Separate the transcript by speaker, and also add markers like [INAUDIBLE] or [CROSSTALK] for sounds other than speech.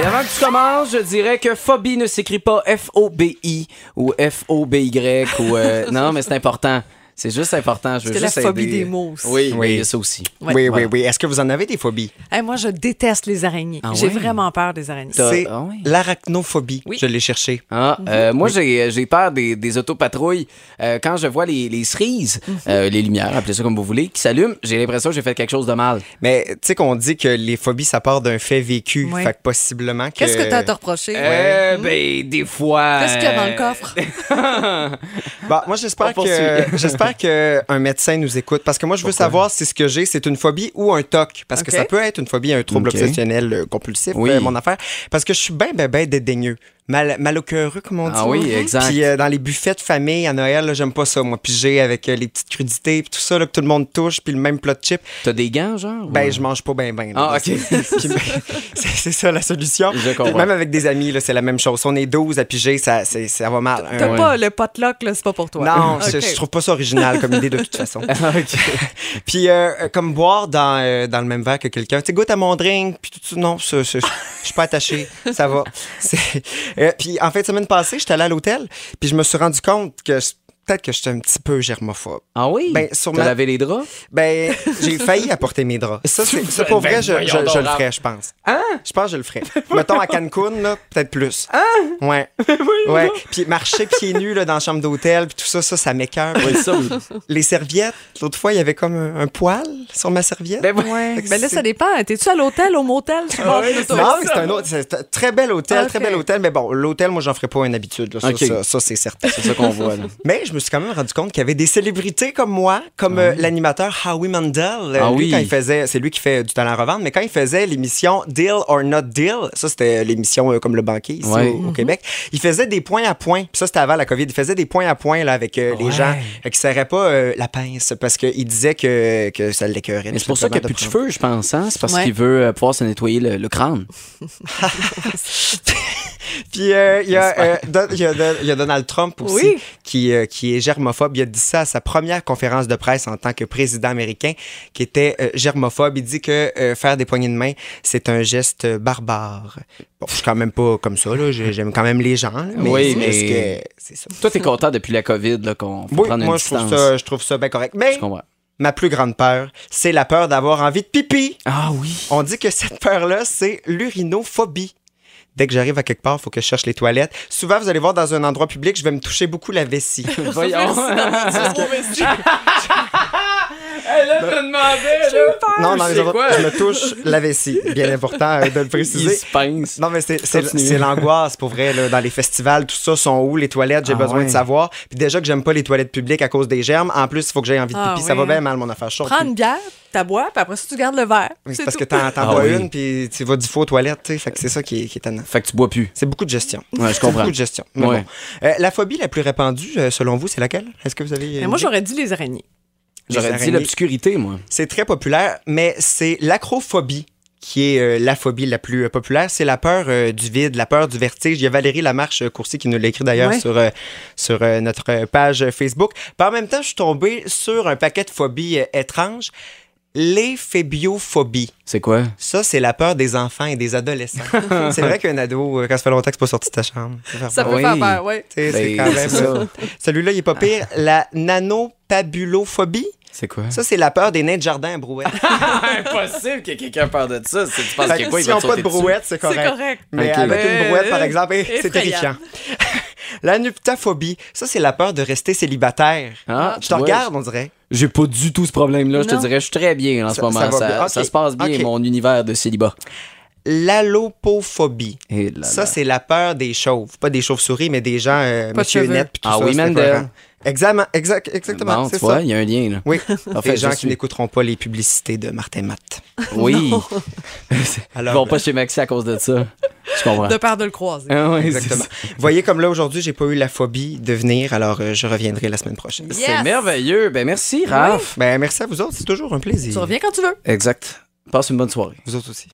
Speaker 1: Et avant que tu commences, je dirais que phobie ne s'écrit pas F-O-B-I ou F-O-B-Y ou. euh, non, mais c'est important. C'est juste important. Je veux
Speaker 2: C'est la
Speaker 1: juste
Speaker 2: phobie
Speaker 1: aider.
Speaker 2: des mots aussi.
Speaker 1: Oui,
Speaker 3: Oui.
Speaker 1: oui, il y a ça aussi.
Speaker 2: Ouais.
Speaker 3: oui,
Speaker 1: Voilà.
Speaker 3: oui, oui. Est-ce que vous en avez des phobies?
Speaker 2: Hey, moi, je déteste les araignées.
Speaker 1: Ah
Speaker 2: J'ai
Speaker 1: ouais?
Speaker 2: vraiment peur des araignées.
Speaker 1: T'as-
Speaker 3: C'est
Speaker 1: ah oui.
Speaker 3: l'arachnophobie. Je l'ai cherché.
Speaker 1: Ah, euh, moi, j'ai- j'ai peur des, des autopatrouilles. Euh, quand je vois les, les cerises, euh, les lumières, appelez ça comme vous voulez, qui s'allument, j'ai l'impression que j'ai fait quelque chose de mal.
Speaker 3: Mais tu sais qu'on dit que les phobies, ça part d'un fait vécu.
Speaker 2: Oui.
Speaker 3: Fait que possiblement que...
Speaker 2: Qu'est-ce que t'as à te reprocher?
Speaker 1: Euh, ben, des fois.
Speaker 2: Qu'est-ce qu'il y a dans
Speaker 1: euh,
Speaker 2: le coffre?
Speaker 3: Bon, Bah, moi, j'espère
Speaker 1: On
Speaker 3: que
Speaker 1: poursuit.
Speaker 3: [LAUGHS]
Speaker 1: [LAUGHS]
Speaker 3: j'espère que un médecin nous écoute parce que moi, je veux savoir si ce que j'ai, c'est une phobie ou un TOC parce
Speaker 2: Ok.
Speaker 3: que ça peut être une phobie, un trouble
Speaker 1: Ok.
Speaker 3: obsessionnel euh, compulsif,
Speaker 1: Oui.
Speaker 3: euh, mon affaire, parce que je suis bien, bien, bien dédaigneux. Mal, malheureux, comme on dit.
Speaker 1: Ah oui, exact.
Speaker 3: Puis euh, dans les buffets de famille à Noël, là, j'aime pas ça. Moi, piger avec euh, les petites crudités, puis tout ça, là, que tout le monde touche, puis le même plat de chips.
Speaker 1: T'as des gants, genre? ou-
Speaker 3: Ben, je mange pas ben ben. là.
Speaker 1: Ah, [LAUGHS] ok.
Speaker 3: Puis, ben, c'est c'est ça la solution.
Speaker 1: Je comprends.
Speaker 3: Même avec des amis, là, c'est la même chose. Si on est 12 à piger, ça, c'est- ça va mal. Un-
Speaker 2: T'as pas le potluck, là, c'est pas pour toi.
Speaker 3: non,
Speaker 2: Ok.
Speaker 3: je, je trouve pas ça original comme idée de
Speaker 1: [LAUGHS]
Speaker 3: toute façon. [LAUGHS] puis euh, euh, comme boire dans, euh, dans le même verre que quelqu'un, tu sais, goûte à mon drink, puis tout ça, non, ça, ça, je je suis pas attaché, ça
Speaker 2: [LAUGHS]
Speaker 3: va. C'est- Euh, puis en fin de semaine passée, j'étais allé à l'hôtel, puis je me suis rendu compte que je- peut-être que j'étais un petit peu germophobe.
Speaker 1: Ah oui?
Speaker 3: Ben,
Speaker 1: T'as
Speaker 3: sûrement-
Speaker 1: lavé les draps?
Speaker 3: Ben, j'ai failli apporter mes draps. Ça, c'est ça, pour
Speaker 1: Ben,
Speaker 3: vrai, je, je-
Speaker 1: voyons
Speaker 3: je
Speaker 1: donc,
Speaker 3: le ferais, je pense. Hein? Je pense que je le ferais. Mettons à Cancun, là, peut-être plus. Hein? [LAUGHS] Ouais. ouais. Puis marcher pieds nus là, dans la chambre d'hôtel, puis tout ça, ça, ça m'écœure.
Speaker 1: [LAUGHS]
Speaker 3: Les serviettes, l'autre fois, il y avait comme un, un poil sur ma serviette.
Speaker 1: Ben,
Speaker 2: Ouais.
Speaker 3: que
Speaker 2: Ben là,
Speaker 3: c'est-
Speaker 2: ça dépend. T'es-tu à l'hôtel, au motel? Tu manges plutôt?
Speaker 3: non, mais c'est un autre, c'est un très bel hôtel,
Speaker 2: Ok.
Speaker 3: très bel hôtel, mais bon, l'hôtel, moi, j'en ferais pas une habitude, là, ça,
Speaker 1: Ok.
Speaker 3: ça, ça, c'est certain.
Speaker 1: C'est ça qu'on voit, là.
Speaker 3: [LAUGHS] Mais je me suis quand même rendu compte qu'il y avait des célébrités comme moi, comme euh, l'animateur Howie Mandel. Euh,
Speaker 1: Ah
Speaker 3: lui,
Speaker 1: oui.
Speaker 3: quand il faisait, c'est lui qui fait du talent à revendre, mais quand il faisait l'émission Deal or Not Deal, ça c'était l'émission euh, comme le banquier ici
Speaker 1: Ouais.
Speaker 3: au, au Québec, il faisait des points à points. Puis ça c'était avant la COVID, il faisait des points à points là, avec euh, les
Speaker 1: Ouais.
Speaker 3: gens euh, qui ne serraient pas euh, la pince parce qu'il disait que, que ça l'écœurait.
Speaker 1: Mais c'est pour ça qu'il n'y a plus de cheveux, je pense, hein? C'est parce
Speaker 2: Ouais.
Speaker 1: qu'il veut euh, pouvoir se nettoyer le, le crâne.
Speaker 3: Puis euh, il y, a, euh, Don- il y a Don- il y a Donald Trump aussi,
Speaker 2: Oui.
Speaker 3: qui, euh, qui est germophobe. Il a dit ça à sa première conférence de presse en tant que président américain, qui était euh, germophobe. Il dit que euh, faire des poignées de main, c'est un geste barbare. Bon, je suis quand même pas comme ça, là. J'ai- J'aime quand même les gens, là, mais
Speaker 1: Oui,
Speaker 3: c'est
Speaker 1: mais-
Speaker 3: juste que c'est ça.
Speaker 1: Toi, t'es content depuis la COVID, là, qu'on faut
Speaker 3: Oui,
Speaker 1: prendre
Speaker 3: moi,
Speaker 1: une
Speaker 3: je trouve,
Speaker 1: distance.
Speaker 3: ça, je trouve ça bien correct. Mais
Speaker 1: Je comprends.
Speaker 3: ma plus grande peur, c'est la peur d'avoir envie de pipi.
Speaker 1: Ah oui.
Speaker 3: On dit que cette peur-là, c'est l'urinophobie. Dès que j'arrive à quelque part, il faut que je cherche les toilettes. Souvent, vous allez voir dans un endroit public, je vais me toucher beaucoup la vessie.
Speaker 1: Voyons.
Speaker 3: [LAUGHS]
Speaker 1: [LAUGHS]
Speaker 3: non, dans
Speaker 1: c'est
Speaker 3: les endroits,
Speaker 1: quoi?
Speaker 3: je me touche la vessie. Bien important euh, de le
Speaker 1: Il
Speaker 3: préciser.
Speaker 1: se pince.
Speaker 3: Non, mais c'est- c'est
Speaker 1: Continue.
Speaker 3: c'est l'angoisse pour vrai. Là. Dans les festivals, tout ça, sont où les toilettes? J'ai
Speaker 1: Ah
Speaker 3: besoin de
Speaker 1: ouais.
Speaker 3: savoir. Puis déjà que j'aime pas les toilettes publiques à cause des germes. En plus, il faut que j'aie envie de
Speaker 2: Ah
Speaker 3: pipi. Ça
Speaker 2: oui,
Speaker 3: va
Speaker 2: hein.
Speaker 3: bien mal, mon affaire. Je sors
Speaker 2: Prends
Speaker 3: plus.
Speaker 2: une bière, t'as bois, puis après ça, tu gardes le verre.
Speaker 3: Oui,
Speaker 2: C'est
Speaker 3: C'est parce
Speaker 2: tout.
Speaker 3: que t'en t'en
Speaker 1: Ah
Speaker 3: bois
Speaker 1: oui.
Speaker 3: une, puis tu vas du faux aux toilettes. tu sais. Fait que c'est ça qui est, qui est étonnant.
Speaker 1: Fait que tu bois plus.
Speaker 3: C'est beaucoup de gestion.
Speaker 1: Ouais, je
Speaker 3: C'est
Speaker 1: comprends.
Speaker 3: beaucoup de gestion. Mais
Speaker 1: Ouais.
Speaker 3: bon. Euh, la phobie la plus répandue, euh, selon vous, c'est laquelle? Est-ce que vous avez.
Speaker 2: [LAUGHS]
Speaker 3: euh,
Speaker 2: Mais
Speaker 3: une
Speaker 2: moi,
Speaker 3: idée?
Speaker 2: j'aurais dit les araignées.
Speaker 3: Les
Speaker 1: J'aurais dit
Speaker 3: araignées.
Speaker 1: l'obscurité, moi.
Speaker 3: C'est très populaire, mais c'est l'acrophobie qui est euh, la phobie la plus euh, populaire. C'est la peur euh, du vide, la peur du vertige. Il y a Valérie Lamarche euh, Courcy qui nous l'écrit d'ailleurs
Speaker 2: Ouais.
Speaker 3: sur, euh, sur euh, notre euh, page euh, Facebook. Puis en même temps, je suis tombé sur un paquet de phobies euh, étranges. L'éphébiophobies.
Speaker 1: C'est quoi?
Speaker 3: Ça, c'est la peur des enfants et
Speaker 1: [LAUGHS]
Speaker 3: des adolescents. c'est vrai qu'un ado, euh, quand ça fait longtemps que c'est pas sorti de ta chambre. ça fait
Speaker 2: Ça peut
Speaker 1: oui.
Speaker 2: faire peur, oui.
Speaker 3: Tu sais,
Speaker 1: Ben,
Speaker 3: c'est quand même.
Speaker 1: c'est ça. Ah.
Speaker 3: euh, [LAUGHS] Celui-là, il est pas pire. La nanopabulophobie.
Speaker 1: C'est quoi?
Speaker 3: Ça, c'est la peur des nains de jardin à brouette.
Speaker 1: Ah, impossible que quelqu'un ait peur de ça. Si tu penses
Speaker 3: Fait que s'ils n'ont pas de brouette, c'est correct.
Speaker 2: C'est correct.
Speaker 3: Mais
Speaker 1: Ok.
Speaker 3: avec une brouette, par
Speaker 2: Euh,
Speaker 3: exemple, hey, c'est
Speaker 2: effrayant.
Speaker 3: terrifiant. [LAUGHS] la nuptaphobie, ça, c'est la peur de rester célibataire.
Speaker 1: Ah,
Speaker 3: je
Speaker 1: tu
Speaker 3: te
Speaker 1: vois,
Speaker 3: regarde, on dirait.
Speaker 1: J'ai pas du tout ce problème-là. Je te
Speaker 2: Non.
Speaker 1: dirais, je suis très bien en ce
Speaker 3: Ça-
Speaker 1: moment.
Speaker 3: ça
Speaker 1: Ça,
Speaker 3: va bien. Ok.
Speaker 1: ça se passe bien,
Speaker 3: Ok.
Speaker 1: mon univers de célibat.
Speaker 3: L'allopophobie.
Speaker 1: Et Eh là,
Speaker 3: Ça,
Speaker 1: là.
Speaker 3: c'est la peur des chauves. Pas des chauves-souris, mais des gens, euh,
Speaker 2: Pas de
Speaker 3: monsieur
Speaker 2: cheveux.
Speaker 3: net, puis tout
Speaker 1: Ah
Speaker 3: ça,
Speaker 1: oui,
Speaker 3: c'est
Speaker 1: Mandel.
Speaker 3: effrayant. Exactement, exact- exactement,
Speaker 1: Bon, tu
Speaker 3: c'est
Speaker 1: vois,
Speaker 3: ça.
Speaker 1: il y a un lien, [LAUGHS] là.
Speaker 3: Oui,
Speaker 1: Parfait,
Speaker 3: les gens
Speaker 1: je
Speaker 3: qui
Speaker 1: suis.
Speaker 3: n'écouteront pas les publicités de Martin Matt.
Speaker 1: Oui. [LAUGHS] Ils
Speaker 3: Alors,
Speaker 1: vont pas chez Maxi à cause de ça. Je comprends.
Speaker 2: De peur de le
Speaker 3: Euh,
Speaker 2: croiser.
Speaker 1: Ah ouais, c'est
Speaker 3: Exactement.
Speaker 1: ça.
Speaker 3: Voyez, comme là, aujourd'hui, j'ai pas eu la phobie de venir, alors euh, je reviendrai la semaine prochaine.
Speaker 1: C'est merveilleux. Ben merci, Raph.
Speaker 3: Ben, merci à vous autres, c'est toujours un plaisir.
Speaker 2: Tu reviens quand tu veux.
Speaker 1: Exact. Passe une bonne soirée.
Speaker 3: Vous autres aussi.